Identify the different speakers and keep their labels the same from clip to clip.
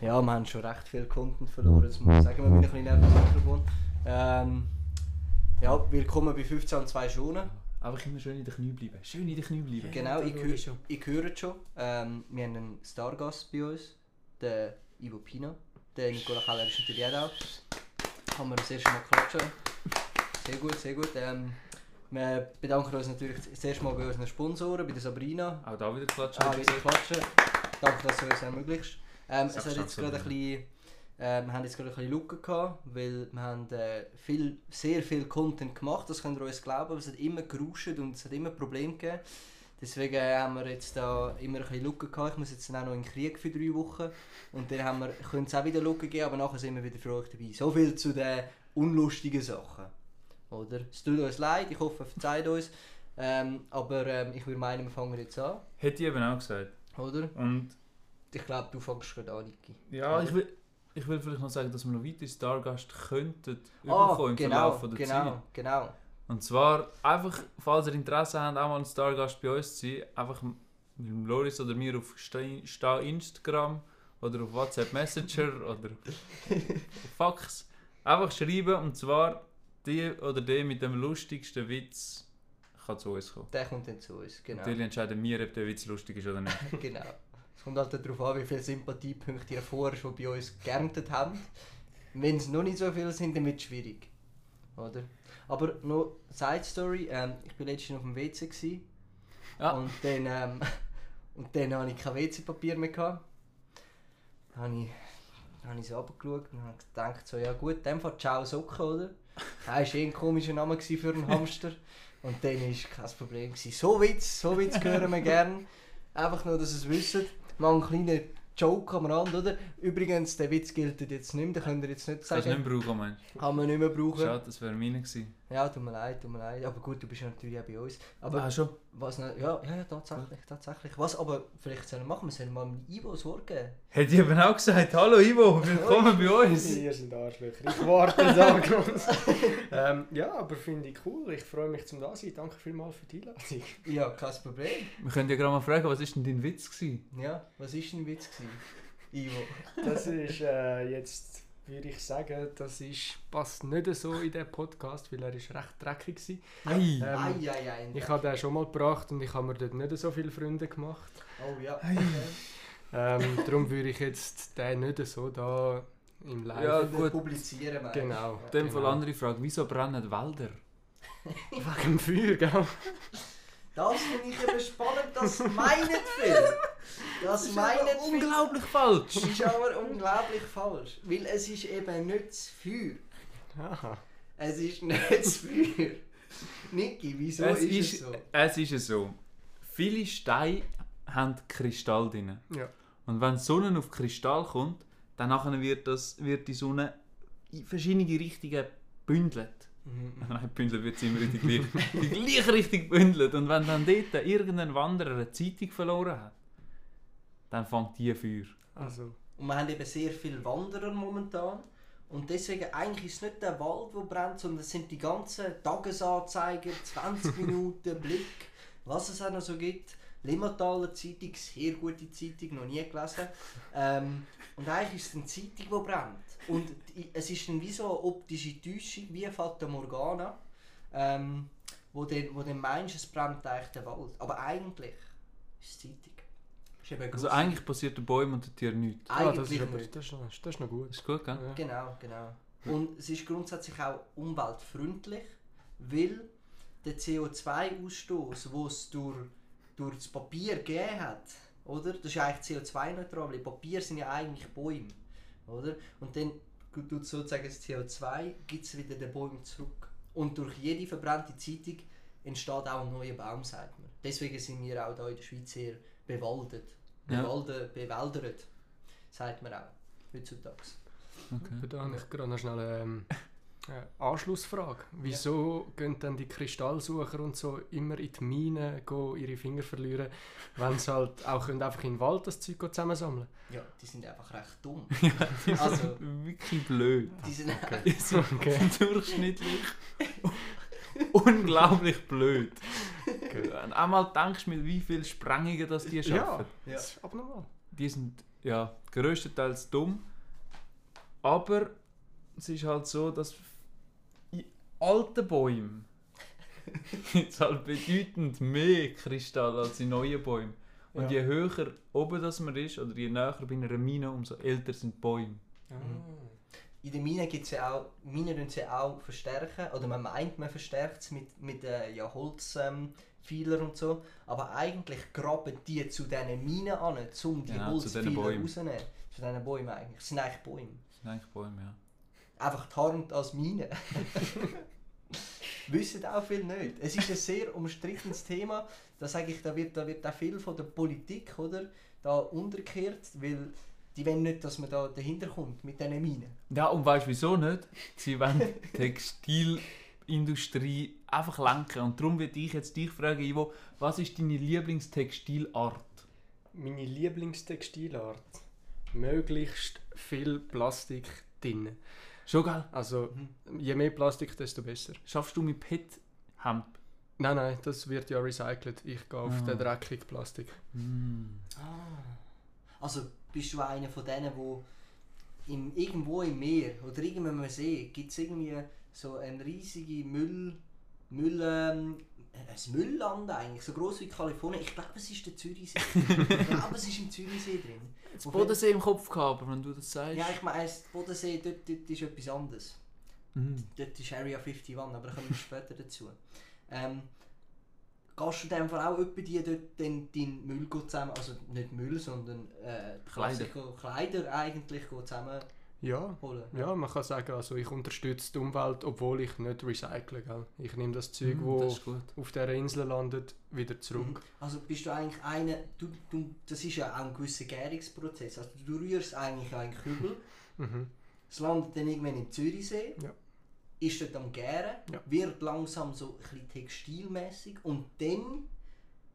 Speaker 1: Ja, wir haben schon recht viel Content verloren, das muss ich sagen. Wir sind ein bisschen nervös am Mikrofon. Ähm, ja, willkommen bei 15 und 2 Schonen.
Speaker 2: Einfach immer schön in den Knie bleiben. Schön in den Knie bleiben.
Speaker 1: Genau,
Speaker 3: da
Speaker 1: ich
Speaker 3: schau
Speaker 1: höre
Speaker 3: ich schon.
Speaker 1: ich höre schon. Ähm, wir haben einen Stargast bei uns, den Ivo Pina. Der Nicola Keller ist natürlich auch da. Haben wir das erste Mal klatschen. Sehr gut, sehr gut. Ähm, wir bedanken uns natürlich zuerst mal bei unseren Sponsoren, bei der Sabrina,
Speaker 2: Genau. Auch da wieder klatschen.
Speaker 1: Ah, wieder klatschen. Danke, dass du uns ermöglicht. Ähm, es
Speaker 2: Sagst
Speaker 1: hat
Speaker 2: du
Speaker 1: jetzt
Speaker 2: das
Speaker 1: gerade ein
Speaker 2: so,
Speaker 1: bisschen, äh, wir haben jetzt gerade ein bisschen Lücken gehabt, weil wir haben äh, viel, sehr viel Content gemacht, das könnt ihr uns glauben, aber es hat immer geruscht und es hat immer Probleme gegeben. Deswegen äh, haben wir jetzt da immer ein bisschen Lücken gehabt. Ich muss jetzt dann auch noch in den Krieg für drei Wochen. Und dann haben wir, können es auch wieder Lücken geben, aber nachher sind wir wieder für euch dabei. So viel zu den unlustigen Sachen. Oder? Es tut uns leid, ich hoffe, ihr verzeiht uns. Ähm, aber ähm, ich würde meinen, wir fangen jetzt an.
Speaker 2: Hätte ich eben auch gesagt.
Speaker 1: Oder?
Speaker 2: Und
Speaker 1: Ich glaube, du fängst gerade an, Niki.
Speaker 2: ja, ich will, ich will vielleicht noch sagen, dass wir noch weitere Stargast könnten
Speaker 1: Ah,
Speaker 2: überkommen im
Speaker 1: genau,
Speaker 2: Verlauf von der Zeit.
Speaker 1: genau, genau.
Speaker 2: Und zwar einfach, falls ihr Interesse habt, auch mal ein Stargast bei uns zu sein, einfach mit dem Loris oder mir auf Stein- Sta Instagram oder auf WhatsApp Messenger oder auf Fax einfach schreiben und zwar die oder der mit dem lustigsten Witz kann zu uns kommen.
Speaker 1: Der kommt dann zu uns, genau.
Speaker 2: Natürlich entscheiden wir, ob der Witz lustig ist oder nicht.
Speaker 1: genau. Es kommt halt darauf an, wie viele Sympathiepunkte ihr vorher schon bei uns geerntet habt. Wenn es noch nicht so viele sind, dann wird es schwierig. Oder? Aber noch Side Story, ähm, ich war letztens auf dem WC gewesen,
Speaker 2: Ja.
Speaker 1: und dann, ähm, und dann hatte ich kein WC-Papier mehr. Gehabt. Dann habe ich, dann habe ich so runtergeschaut und habe gedacht, so, ja gut, dann fährt Ciao Socken, oder? Das war eh ein komischer Name gewesen für einen Hamster. Und dann war kein Problem. Gewesen. So Witz, so Witz hören wir gerne. Einfach nur, dass ihr es wisst. Mal einen kleinen Joke am Rand, oder? Übrigens, der Witz gilt jetzt nicht mehr, den könnt ihr jetzt nicht
Speaker 2: Kannst du
Speaker 1: sagen.
Speaker 2: nicht mehr brauchen, meinst
Speaker 1: Kann man nicht mehr
Speaker 2: du?
Speaker 1: brauchen.
Speaker 2: Schade, das wäre meine gewesen.
Speaker 1: Ja, tut mir leid, tut mir leid. Aber gut, du bist ja natürlich auch bei uns. Aber
Speaker 2: Ah, schon.
Speaker 1: was noch, ja, ja, ja, tatsächlich, tatsächlich. Was aber vielleicht sollen wir machen, wir sollen mal mit Ivo das Wort geben.
Speaker 2: Hätte ich eben auch gesagt, hallo Ivo, willkommen bei uns.
Speaker 3: Ihr sind Arschlöcher. Ich warte, sagen uns. ähm, ja, aber finde ich cool. Ich freue mich zum da sein. Danke vielmals für die Einladung.
Speaker 1: Ja, kein Problem.
Speaker 2: Wir können ja gerade mal fragen, was ist denn dein Witz gewesen?
Speaker 1: Ja, was ist denn ein Witz gewesen? Ivo.
Speaker 3: Das ist äh, jetzt, würde ich sagen, das ist, passt nicht so in diesen Podcast, weil er ist recht dreckig war.
Speaker 2: Ei.
Speaker 3: Ähm,
Speaker 1: Ei, ei, ei.
Speaker 3: Ich habe den schon mal gebracht und ich habe mir dort nicht so viele Freunde gemacht.
Speaker 1: Oh ja.
Speaker 3: Ähm, darum würde ich jetzt den nicht so da im Live.
Speaker 2: Ja,
Speaker 1: Ja, gut.
Speaker 2: gut.
Speaker 1: Publizieren, meinst du?
Speaker 3: Genau.
Speaker 2: In dem Fall
Speaker 3: genau.
Speaker 2: andere Frage, wieso brennen Wälder?
Speaker 3: Wegen dem Feuer, gell?
Speaker 1: Das finde ich eben spannend, das meinen viele. Das meinen viele.
Speaker 2: Unglaublich falsch!
Speaker 1: Das ist aber unglaublich falsch. Weil es ist eben nicht das Feuer.
Speaker 3: Aha.
Speaker 1: Es ist nicht das Feuer. Niki, wieso
Speaker 2: es,
Speaker 1: ist,
Speaker 2: ist,
Speaker 1: es so?
Speaker 2: es ist es so. Viele Steine haben Kristall drin.
Speaker 3: Ja.
Speaker 2: Und wenn die Sonne auf Kristall kommt, dann nachher wird, das, wird die Sonne in verschiedene Richtungen bündelt.
Speaker 1: Mhm.
Speaker 2: Nein, bündelt wird sie immer in die gleiche, die gleiche Richtung bündelt. Und wenn dann dort irgendein Wanderer eine Zeitung verloren hat, dann fängt die Feuer.
Speaker 3: Also,
Speaker 1: Und wir haben eben sehr viele Wanderer momentan. Und deswegen eigentlich ist es nicht der Wald, der brennt, sondern es sind die ganzen Tagesanzeiger, 20 Minuten, Blick, was es auch noch so gibt. Limmataler Zeitung, sehr gute Zeitung, noch nie gelesen. Ähm, und eigentlich ist es eine Zeitung, die brennt. Und die- es ist dann wie so eine optische Täuschung, wie eine Fata Morgana, ähm, wo dann wo dann meinst, es brennt eigentlich der Wald. Aber eigentlich ist es Zeitung. Ist eben
Speaker 2: Also
Speaker 1: gruselig.
Speaker 2: eigentlich passiert den Bäumen und den Tieren nichts.
Speaker 3: ah, das,
Speaker 1: Eigentlich
Speaker 3: ist aber,
Speaker 1: nicht.
Speaker 3: das, ist noch, das ist noch gut.
Speaker 2: Ist gut, gell?
Speaker 3: Ja.
Speaker 1: Genau, genau. Und es ist grundsätzlich auch umweltfreundlich, weil der CO2-Ausstoß, den es durch, durch das Papier gegeben hat, oder? Das ist eigentlich CO2-neutral, weil Papier sind ja eigentlich Bäume, oder? Und dann tut sozusagen das CO2, gibt es wieder den Bäumen zurück. Und durch jede verbrannte Zeitung entsteht auch ein neuer Baum, sagt man. Deswegen sind wir auch hier in der Schweiz sehr bewaldet.
Speaker 2: Ja.
Speaker 1: Bewalde, bewäldert, sagt man auch heutzutage.
Speaker 2: Okay.
Speaker 3: Da habe ich gerade noch schnell ähm, eine Anschlussfrage. Wieso gehen dann die Kristallsucher und so immer in die Mine gehen, ihre Finger verlieren, wenn sie halt auch können einfach in den Wald das Zeug gehen zusammensammeln
Speaker 1: Ja, die sind einfach recht dumm. also,
Speaker 2: Wirklich blöd.
Speaker 1: die sind
Speaker 2: Die sind
Speaker 3: Okay.
Speaker 2: durchschnittlich unglaublich blöd. Und einmal denkst du mir, wie viele Sprengungen das die schaffen.
Speaker 3: Das ist abnormal.
Speaker 2: Die sind ja, größtenteils dumm. Aber es ist halt so, dass in alten Bäumen jetzt halt bedeutend mehr Kristalle als in neuen Bäumen. Und
Speaker 3: Ja.
Speaker 2: je höher oben das man ist, oder je näher bei einer Mine, umso älter sind die Bäume.
Speaker 3: Ah. Mhm.
Speaker 1: In der Mine gibt ja auch, Minen tun sie auch verstärken, oder man meint, man verstärkt es mit, mit äh, ja, Holzfeilern ähm, Pfeilern und so, aber eigentlich graben die zu diesen Minen an, um die
Speaker 2: Genau, zu diesen
Speaker 1: Holzpfeiler
Speaker 2: Bäumen.
Speaker 1: rauszunehmen. Zu diesen Bäumen eigentlich. Es sind eigentlich Bäume.
Speaker 2: Das sind eigentlich Bäume, ja.
Speaker 1: Einfach tarnt als Mine. Wissen auch viel nicht. Es ist ein sehr umstrittenes Thema. Da sage ich, da wird, da wird auch viel von der Politik oder, da unterkehrt, weil die wollen nicht, dass man da dahinter kommt mit diesen Minen.
Speaker 2: Ja, und weißt du wieso nicht? Sie wollen die Textilindustrie einfach lenken. Und darum würde ich jetzt dich fragen, Ivo, was ist deine Lieblingstextilart?
Speaker 3: Meine Lieblingstextilart. Möglichst viel Plastik drin.
Speaker 2: Schon geil.
Speaker 3: Also je mehr Plastik, desto besser.
Speaker 2: Schaffst du mit Pet-Hemd?
Speaker 3: Nein, nein, das wird ja recycelt. Ich gehe auf
Speaker 2: Ah.
Speaker 3: den dreckigen Plastik.
Speaker 1: Ah. Also bist du einer von denen, wo im, irgendwo im Meer oder irgendwo im See gibt es irgendwie so eine riesige Müll, Müll, ähm, ein Müllland eigentlich, so groß wie Kalifornien. Ich glaube, es ist der Zürichsee. ich glaube, es ist im Zürichsee drin.
Speaker 2: Das Bodensee im Kopf gehabt, aber wenn du das sagst.
Speaker 1: Ja, ich meine, es- Bodensee, dort, dort ist etwas anderes.
Speaker 3: Mm.
Speaker 2: Mhm.
Speaker 1: Dort ist Area 51, aber da kommen wir später dazu. Ähm, gehst du dann vor auch etwa die dort den, deinen Müll go zusammen, also nicht Müll, sondern äh,
Speaker 2: Kleider.
Speaker 1: Klassiker- Kleider eigentlich go zusammenholen?
Speaker 3: Ja. Ja, man kann sagen, also ich unterstütze die Umwelt, obwohl ich nicht recycle. Gell? Ich nehme das Zeug,
Speaker 2: Mhm,
Speaker 3: wo
Speaker 2: Das ist gut.
Speaker 3: auf dieser Insel landet, wieder
Speaker 1: Mhm.
Speaker 3: zurück.
Speaker 1: Also bist du eigentlich einer, du, du, das ist ja auch ein gewisser Gärungsprozess, also du rührst eigentlich einen Kübel,
Speaker 3: Mhm.
Speaker 1: es landet dann irgendwann im Zürichsee,
Speaker 3: Ja.
Speaker 1: ist dort am Gären,
Speaker 3: Ja.
Speaker 1: wird langsam so ein bisschen textilmässig und dann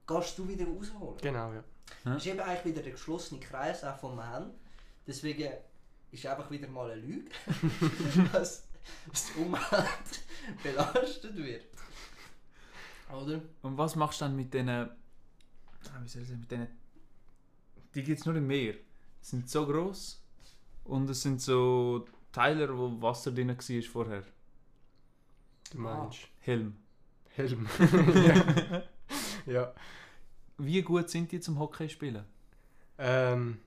Speaker 1: gehst du wieder rausholen.
Speaker 3: Genau, ja.
Speaker 1: Es ist eben eigentlich wieder der geschlossene Kreis auch vom Mann. Deswegen ist einfach wieder mal eine Lüge, dass dass die Umwelt belastet wird. Oder?
Speaker 2: Und was machst du dann mit diesen. ah, Wie soll ich sagen, mit diesen. Die gibt es nur im Meer. Die sind so gross und es sind so Teile, wo Wasser drin war vorher.
Speaker 3: Du meinst
Speaker 2: Ah. Helm.
Speaker 3: Helm. ja. ja.
Speaker 2: Wie gut sind die zum Hockey spielen?
Speaker 3: Ähm,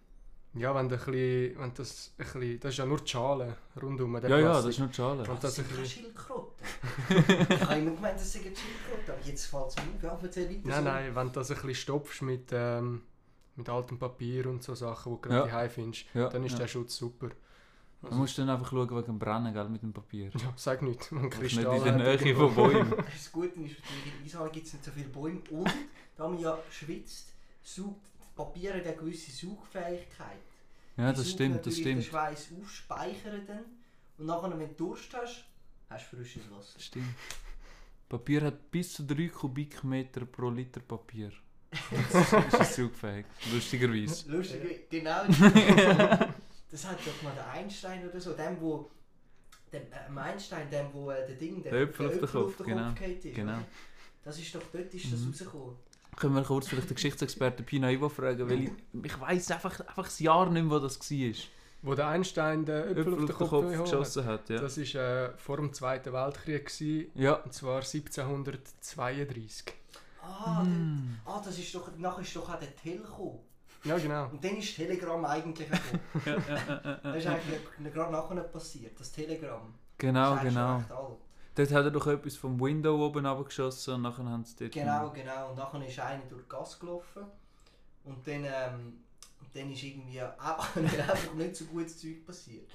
Speaker 3: ja, wenn, du ein bisschen, wenn das ein bisschen, das ist ja nur die Schale rundum. der
Speaker 2: Ja, ja, das
Speaker 3: Plastik.
Speaker 2: ist nur die Schale.
Speaker 3: Und
Speaker 1: Das
Speaker 3: das
Speaker 1: sind
Speaker 3: ein
Speaker 1: keine
Speaker 3: bisschen,
Speaker 1: Schildkröten. ich habe immer gemeint, das sind Schildkröten, aber jetzt fällt es mir auf. Ja, erzähl weiter.
Speaker 3: nein,
Speaker 1: so.
Speaker 3: nein, wenn du das ein bisschen stopfst mit, ähm, mit altem Papier und so Sachen, die du
Speaker 2: Ja.
Speaker 3: gerade ja. findest,
Speaker 2: Ja,
Speaker 3: dann ist
Speaker 2: ja.
Speaker 3: der Schutz super.
Speaker 2: Man muss dann einfach schauen wegen dem Brennen gell, mit dem Papier.
Speaker 3: Ja, sag nichts. Man
Speaker 2: Nicht in
Speaker 3: Kristall
Speaker 2: der
Speaker 3: hat
Speaker 2: Nähe
Speaker 3: irgendwo-
Speaker 2: von Bäumen.
Speaker 1: Das Gute ist, in der Eishalle gibt es nicht so viele Bäume. Und da man ja schwitzt, saugt Papier hat eine gewisse Saugfähigkeit.
Speaker 2: Ja,
Speaker 1: Die
Speaker 2: das
Speaker 1: saugen
Speaker 2: stimmt, das
Speaker 1: natürlich
Speaker 2: stimmt.
Speaker 1: den Schweiß auf, speichern dann. Und nachher, wenn du Durst hast, hast du frisches Wasser.
Speaker 2: Stimmt. Papier hat bis zu 3 Kubikmeter pro Liter Papier. Das ist zugfähig. Lustigerweise.
Speaker 1: Lustig, genau. das hat doch mal der Einstein oder so, dem, wo. Dem, ähm, Einstein, dem, wo äh, der Ding,
Speaker 2: Der Äpfel auf den
Speaker 1: Äpfel
Speaker 2: Kopf, genau,
Speaker 1: gefallen ist,
Speaker 2: genau.
Speaker 1: oder? Das ist doch, dort ist das
Speaker 2: Mhm.
Speaker 1: rausgekommen.
Speaker 2: Können wir kurz vielleicht den Geschichtsexperten Pino Ivo fragen, weil ich, ich weiß einfach, einfach das Jahr nicht mehr, wo das war.
Speaker 3: Wo der Einstein den Äpfel auf den Kopf, gehauen hat.
Speaker 2: geschossen hat. Ja.
Speaker 3: Das war äh, vor dem Zweiten Weltkrieg, gewesen,
Speaker 2: ja.
Speaker 3: und zwar 1732.
Speaker 1: Ah,
Speaker 2: Mhm. Hmm.
Speaker 1: dort- ah, das ist doch, nachher ist doch auch der Tell gekommen.
Speaker 3: Ja, genau.
Speaker 1: Und dann ist Telegram eigentlich auch gekommen. das ist eigentlich n- gerade nachher passiert, das Telegram.
Speaker 2: Genau,
Speaker 1: das ist eigentlich schon
Speaker 2: genau.
Speaker 1: recht alt.
Speaker 2: Dort hat er doch etwas vom Window oben abgeschossen und nachher haben sie dort.
Speaker 1: Genau, genau. Und nachher ist einer durch Gas gelaufen. Und dann, ähm, und dann ist irgendwie auch einfach nicht so gutes Zeug passiert.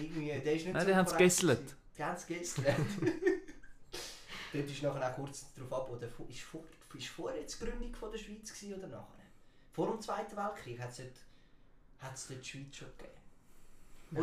Speaker 1: Irgendwie, der ist nicht
Speaker 2: Nein,
Speaker 1: so
Speaker 2: die haben's
Speaker 1: korrekt
Speaker 2: geässelt.
Speaker 1: gewesen. Die haben es geässelt. Dort ist nachher auch kurz darauf ab, oder fu- ist vor, ist vor jetzt die Gründung von der Schweiz gewesen, oder nachher? Vor dem Zweiten Weltkrieg hat es dort, hat's dort die Schweiz schon gegeben.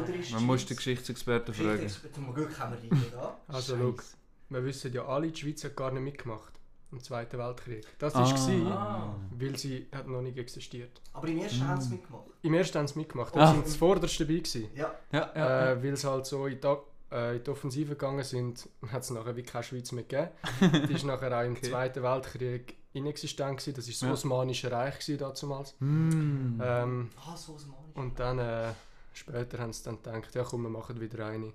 Speaker 1: Oder ist die
Speaker 2: Man muss den
Speaker 1: Schweiz-
Speaker 2: Geschichtsexperten fragen.
Speaker 1: Geschichte- Zum Glück haben wir die da.
Speaker 3: Also, schau,
Speaker 2: Scheiße.
Speaker 3: wir wissen ja alle, die Schweiz hat gar nicht mitgemacht im Zweiten Weltkrieg. Das
Speaker 2: Ah.
Speaker 3: war, gewesen,
Speaker 1: Ah.
Speaker 3: weil sie hat noch nicht existiert.
Speaker 1: Aber im ersten haben sie
Speaker 2: Mhm.
Speaker 1: mitgemacht.
Speaker 3: Im Ersten haben sie mitgemacht,
Speaker 2: Ah.
Speaker 3: da sind sie zuvorderst dabei. Gewesen.
Speaker 1: Ja,
Speaker 2: Ja, ja.
Speaker 3: Äh, weil sie halt so in die, Ab- äh, in die Offensive gegangen sind, hat es nachher wie keine Schweiz mehr gegeben. Die ist nachher auch im
Speaker 2: Okay.
Speaker 3: Zweiten Weltkrieg inexistent. Gewesen. Das war das
Speaker 2: Ja.
Speaker 3: Osmanische Reich gewesen damals.
Speaker 2: Mm.
Speaker 3: Ähm,
Speaker 1: Ah, so ein Mann.
Speaker 3: und dann äh, später haben sie dann gedacht, ja komm, wir machen wieder eine.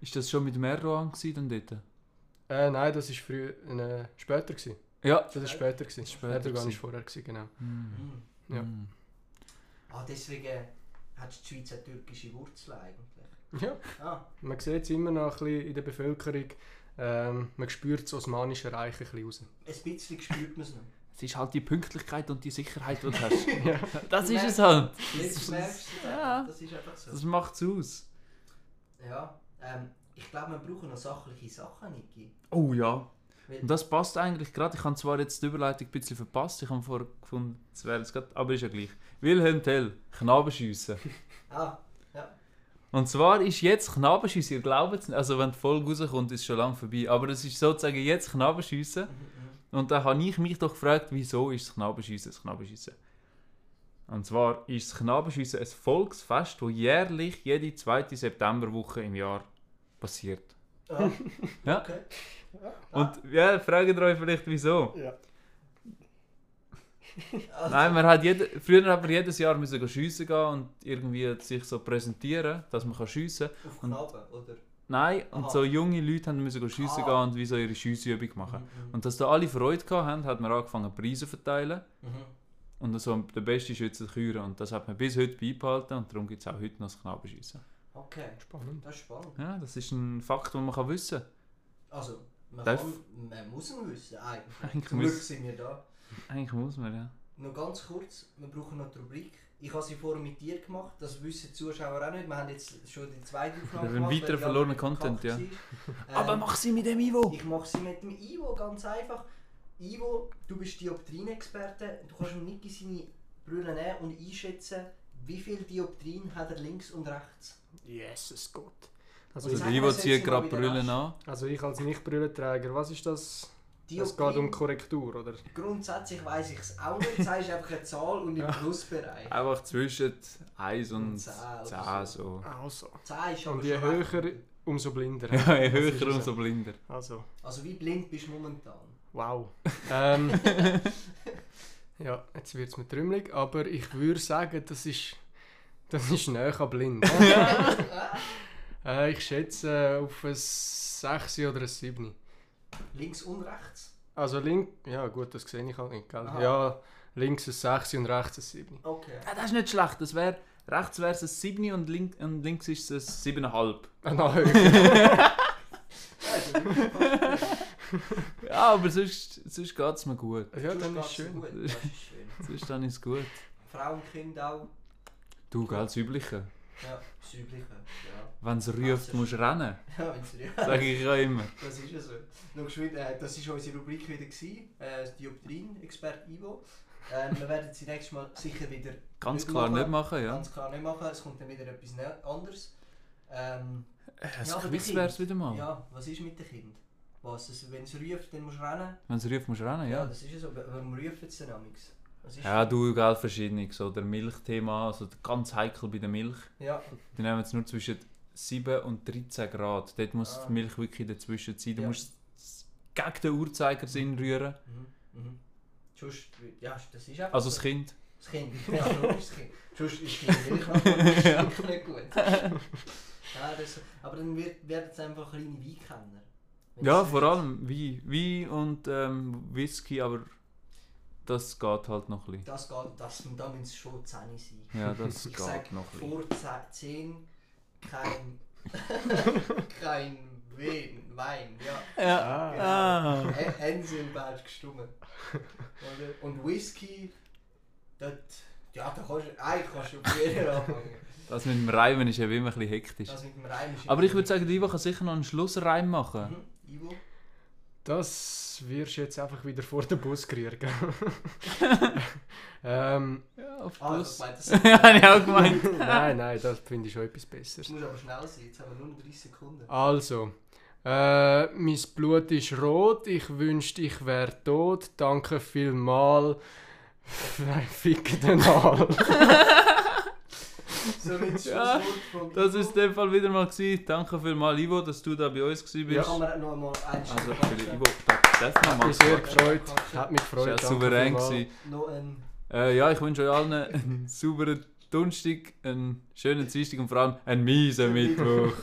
Speaker 2: Ist das schon mit dem Erdogan gewesen dann dort?
Speaker 3: Äh, nein, das war früher, äh, später. Gewesen.
Speaker 2: Ja.
Speaker 3: Das war später. Gewesen.
Speaker 2: Später
Speaker 3: Erdogan war
Speaker 2: gewesen.
Speaker 3: vorher, gewesen, genau.
Speaker 2: Mm.
Speaker 1: Mhm.
Speaker 3: Ja.
Speaker 2: Mm.
Speaker 1: Ah, deswegen hat die Schweiz eine türkische Wurzel eigentlich.
Speaker 3: Ja,
Speaker 1: Ah,
Speaker 3: man sieht es immer noch ein bisschen in der Bevölkerung. Ähm, man spürt das Osmanische Reich ein bisschen raus.
Speaker 1: ein bisschen spürt man es noch.
Speaker 2: Es ist halt die Pünktlichkeit und die Sicherheit, die du hast.
Speaker 3: Ja.
Speaker 2: Das
Speaker 1: Du
Speaker 2: ist
Speaker 1: merkst-
Speaker 2: es halt.
Speaker 1: Jetzt merkst du es
Speaker 2: Ja.
Speaker 1: einfach. Das ist einfach so.
Speaker 2: Das macht's aus.
Speaker 1: Ja, ähm, ich glaube, wir brauchen noch sachliche Sachen, Niki.
Speaker 2: Oh ja.
Speaker 1: Weil-
Speaker 2: Und das passt eigentlich gerade. Ich habe zwar jetzt die Überleitung ein bisschen verpasst. Ich habe vorher gefunden, es wäre jetzt gerade. Aber ist ja gleich. Wilhelm Tell, Knabenschiessen.
Speaker 1: Ah,
Speaker 2: Und zwar ist jetzt Knabenschiessen, ihr glaubt es nicht. Also, wenn die Folge rauskommt, ist es schon lange vorbei. Aber es ist sozusagen jetzt Knabenschiessen. Und da habe ich mich doch gefragt, wieso ist das Knabenschiessen das Knabenschiessen? Und zwar ist das Knabenschiessen ein Volksfest, das jährlich jede zweite Septemberwoche im Jahr passiert.
Speaker 1: ja.
Speaker 2: Ja.
Speaker 1: Ah. Okay.
Speaker 2: Und ja, fragt ihr euch vielleicht wieso?
Speaker 1: Also,
Speaker 2: Nein, man hat jede, früher hat man jedes Jahr müssen go schiessen gehen und irgendwie sich so präsentieren, dass man kann schiessen kann.
Speaker 1: auf Knaben, oder?
Speaker 2: Nein, und
Speaker 1: Aha.
Speaker 2: so junge Leute haben müssen go schiessen
Speaker 1: Ah.
Speaker 2: gehen und wie so ihre Schiessübung machen. Und dass da alle Freude gehabt haben, hat man angefangen Preise zu verteilen
Speaker 1: Mhm.
Speaker 2: und so der beste Schütze zu küren. Und das hat man bis heute beibehalten und darum gibt es auch heute noch das Knabenschiessen.
Speaker 1: Okay,
Speaker 3: Spannend.
Speaker 1: das ist spannend.
Speaker 2: Ja, das ist ein Fakt, den man kann wissen kann.
Speaker 1: Also, man,
Speaker 2: Darf-
Speaker 1: kann, man muss ihn wissen, eigentlich.
Speaker 2: Eigentlich
Speaker 1: Zum Glück
Speaker 2: muss-
Speaker 1: sind wir da.
Speaker 2: Eigentlich muss man, ja.
Speaker 1: Noch ganz kurz, wir brauchen noch die Rubrik. Ich habe sie vorher mit dir gemacht, das wissen die Zuschauer auch nicht. Wir haben jetzt schon die zweite Aufnahme
Speaker 2: Wir haben
Speaker 1: gemacht.
Speaker 2: weiteren
Speaker 1: weil die
Speaker 2: verlorenen
Speaker 1: andere
Speaker 2: Content,
Speaker 1: verkackt war. Ähm,
Speaker 2: Aber mach sie mit dem Ivo!
Speaker 1: Ich mache sie mit dem Ivo ganz einfach. Ivo, du bist Dioptrien-Experte. Du kannst dem Niki seine Brille nehmen und einschätzen, wie viel Dioptrien hat er links und rechts.
Speaker 3: Jesus Gott. Also
Speaker 2: Also
Speaker 1: Sag
Speaker 2: der
Speaker 1: mal,
Speaker 2: Ivo
Speaker 1: setz
Speaker 2: zieht
Speaker 1: mal
Speaker 2: gerade
Speaker 1: wieder
Speaker 2: Brüllen
Speaker 1: an.
Speaker 2: an.
Speaker 3: Also ich als Nicht-Brillenträger, was ist das? Es
Speaker 1: Dioptrien-
Speaker 3: geht um Korrektur, oder?
Speaker 1: Grundsätzlich weiß ich es auch nicht. Das ist einfach eine Zahl und im Plusbereich.
Speaker 2: Einfach zwischen 1 und
Speaker 1: Und zehn oder
Speaker 2: 10 so.
Speaker 3: Also.
Speaker 1: 10 ist aber
Speaker 3: Und je
Speaker 1: schon
Speaker 3: höher,
Speaker 1: recht.
Speaker 3: umso blinder.
Speaker 2: Ja, je
Speaker 3: Das ist
Speaker 2: höher,
Speaker 3: so.
Speaker 2: umso blinder.
Speaker 3: Also,
Speaker 1: Also wie blind bist du momentan?
Speaker 3: wow. ähm, ja, jetzt wird es mir trümmelig, aber ich würde sagen, das ist, das ist näher an blind. äh, ich schätze äh, auf ein 6 oder ein 7.
Speaker 1: Links und rechts?
Speaker 3: Also links, ja gut, das sehe ich halt nicht, gell?
Speaker 1: Aha.
Speaker 3: Ja, links ein 6 und rechts ein 7.
Speaker 1: Okay.
Speaker 2: Ja, das ist nicht schlecht. Das wär, rechts wäre es ein 7 und, link, und links ist es ein 7,5.
Speaker 3: Ah, nein,
Speaker 2: Ja, aber sonst, sonst geht es mir gut.
Speaker 3: ja, dann ist schön.
Speaker 1: Gut. Das ist schön.
Speaker 2: Sonst dann ist es gut.
Speaker 1: Frauen und Kinder auch.
Speaker 2: Du, gell, das Übliche.
Speaker 1: Ja, das Übliche. Ja.
Speaker 2: Wenn es ruft, musst du rennen.
Speaker 1: Ja, wenn's dir-
Speaker 2: Sage ich ja immer.
Speaker 1: Das ist ja so. Noch geschwind, äh, das war unsere Rubrik wieder, gewesen, äh, Dioptrien-Expert Ivo. Ähm, wir werden sie nächstes Mal sicher wieder
Speaker 2: Ganz
Speaker 1: Nicht
Speaker 2: klar
Speaker 1: machen.
Speaker 2: nicht machen, ja.
Speaker 1: ganz klar nicht machen. Es kommt dann wieder etwas ne- anderes. Ähm,
Speaker 2: Ein
Speaker 1: Ja, aber
Speaker 2: Äh, Quiz
Speaker 1: die
Speaker 2: wäre es wieder mal.
Speaker 1: Ja, was ist mit dem Kind? Was? Das, wenn es ruft, dann musst du rennen?
Speaker 2: Wenn es ruft, musst du rennen, Ah, ja.
Speaker 1: das ist ja so. W- Warum rufen sie denn amigs? Was ist
Speaker 2: Ja, du, gell, verschiedene. So der Milchthema, also ganz heikel bei der Milch.
Speaker 1: Ja,
Speaker 2: Die nehmen es nur zwischen 7 und 13 Grad. Dort muss
Speaker 1: Ah.
Speaker 2: die Milch wirklich dazwischen sein. Du
Speaker 1: Ja.
Speaker 2: musst es gegen den Uhrzeigersinn rühren.
Speaker 1: mhm. Mhm. Sonst, ja, das ist einfach
Speaker 2: Also
Speaker 1: so.
Speaker 2: das Kind.
Speaker 1: Das Kind, ja, logisch, das Kind. Sonst ist das Kind wirklich noch gut, das ist wirklich nicht gut. Ja, das, aber dann wird, werden es einfach kleine Weinkenner. Wenn
Speaker 2: Ja,
Speaker 1: es-
Speaker 2: vor allem Wein. Wein und ähm, Whisky, aber das geht halt noch ein bisschen.
Speaker 1: Das geht, das, da müssen es schon 10 sein.
Speaker 2: Ja, das
Speaker 1: Ich sage,
Speaker 2: geht noch ein bisschen.
Speaker 1: vor 10 zehn kein... kein Wein, Wein, ja.
Speaker 2: Ja. Ah.
Speaker 1: Ä- Enselberg gestummen. Oder? Und Whisky, das... Ja, da kannst du... Eigentlich kannst du probieren anfangen.
Speaker 2: Das mit dem Reimen ist ja immer ein bisschen hektisch.
Speaker 1: Das mit dem Reim ist...
Speaker 2: Aber ich würde sagen, die Ivo kann sicher noch einen Schlussreim machen.
Speaker 1: Mhm, Ivo?
Speaker 3: Das wirst du jetzt einfach wieder vor den Bus kriegen. gell? ähm,
Speaker 2: Ja, auf
Speaker 1: Ah, das
Speaker 2: Schluss.
Speaker 1: meint das.
Speaker 2: Habe ich auch gemeint.
Speaker 3: nein, nein, das finde ich schon etwas
Speaker 1: Es
Speaker 3: Besseres.
Speaker 1: muss aber schnell sein, jetzt haben wir nur noch 30 Sekunden.
Speaker 2: Ah.
Speaker 3: Also, äh, mein Blut ist rot, ich wünschte, ich wäre tot. Danke vielmal. Fick den Aal.
Speaker 1: So mit
Speaker 2: Ja,
Speaker 1: Schlusswort vom Ivo.
Speaker 2: Das war in dem Fall wieder mal. Gewesen. Danke vielmals, Ivo, dass du da bei uns gewesen
Speaker 1: Ja.
Speaker 2: bist.
Speaker 1: Kann man noch mal einen
Speaker 2: Also,
Speaker 1: Schritt
Speaker 2: für den
Speaker 1: machen?
Speaker 2: Ivo, danke. Das ist
Speaker 3: Hat
Speaker 2: nochmal
Speaker 3: mich sehr
Speaker 2: gut.
Speaker 3: gefreut. Hat mich
Speaker 2: Das
Speaker 3: gefreut.
Speaker 2: war ja
Speaker 3: danke
Speaker 2: souverän.
Speaker 3: vielmals.
Speaker 2: gewesen.
Speaker 1: Noch ein
Speaker 2: Äh, ja, ich wünsche euch allen einen sauberen Donnerstag, einen schönen Dienstag und vor allem einen miesen Mittwoch.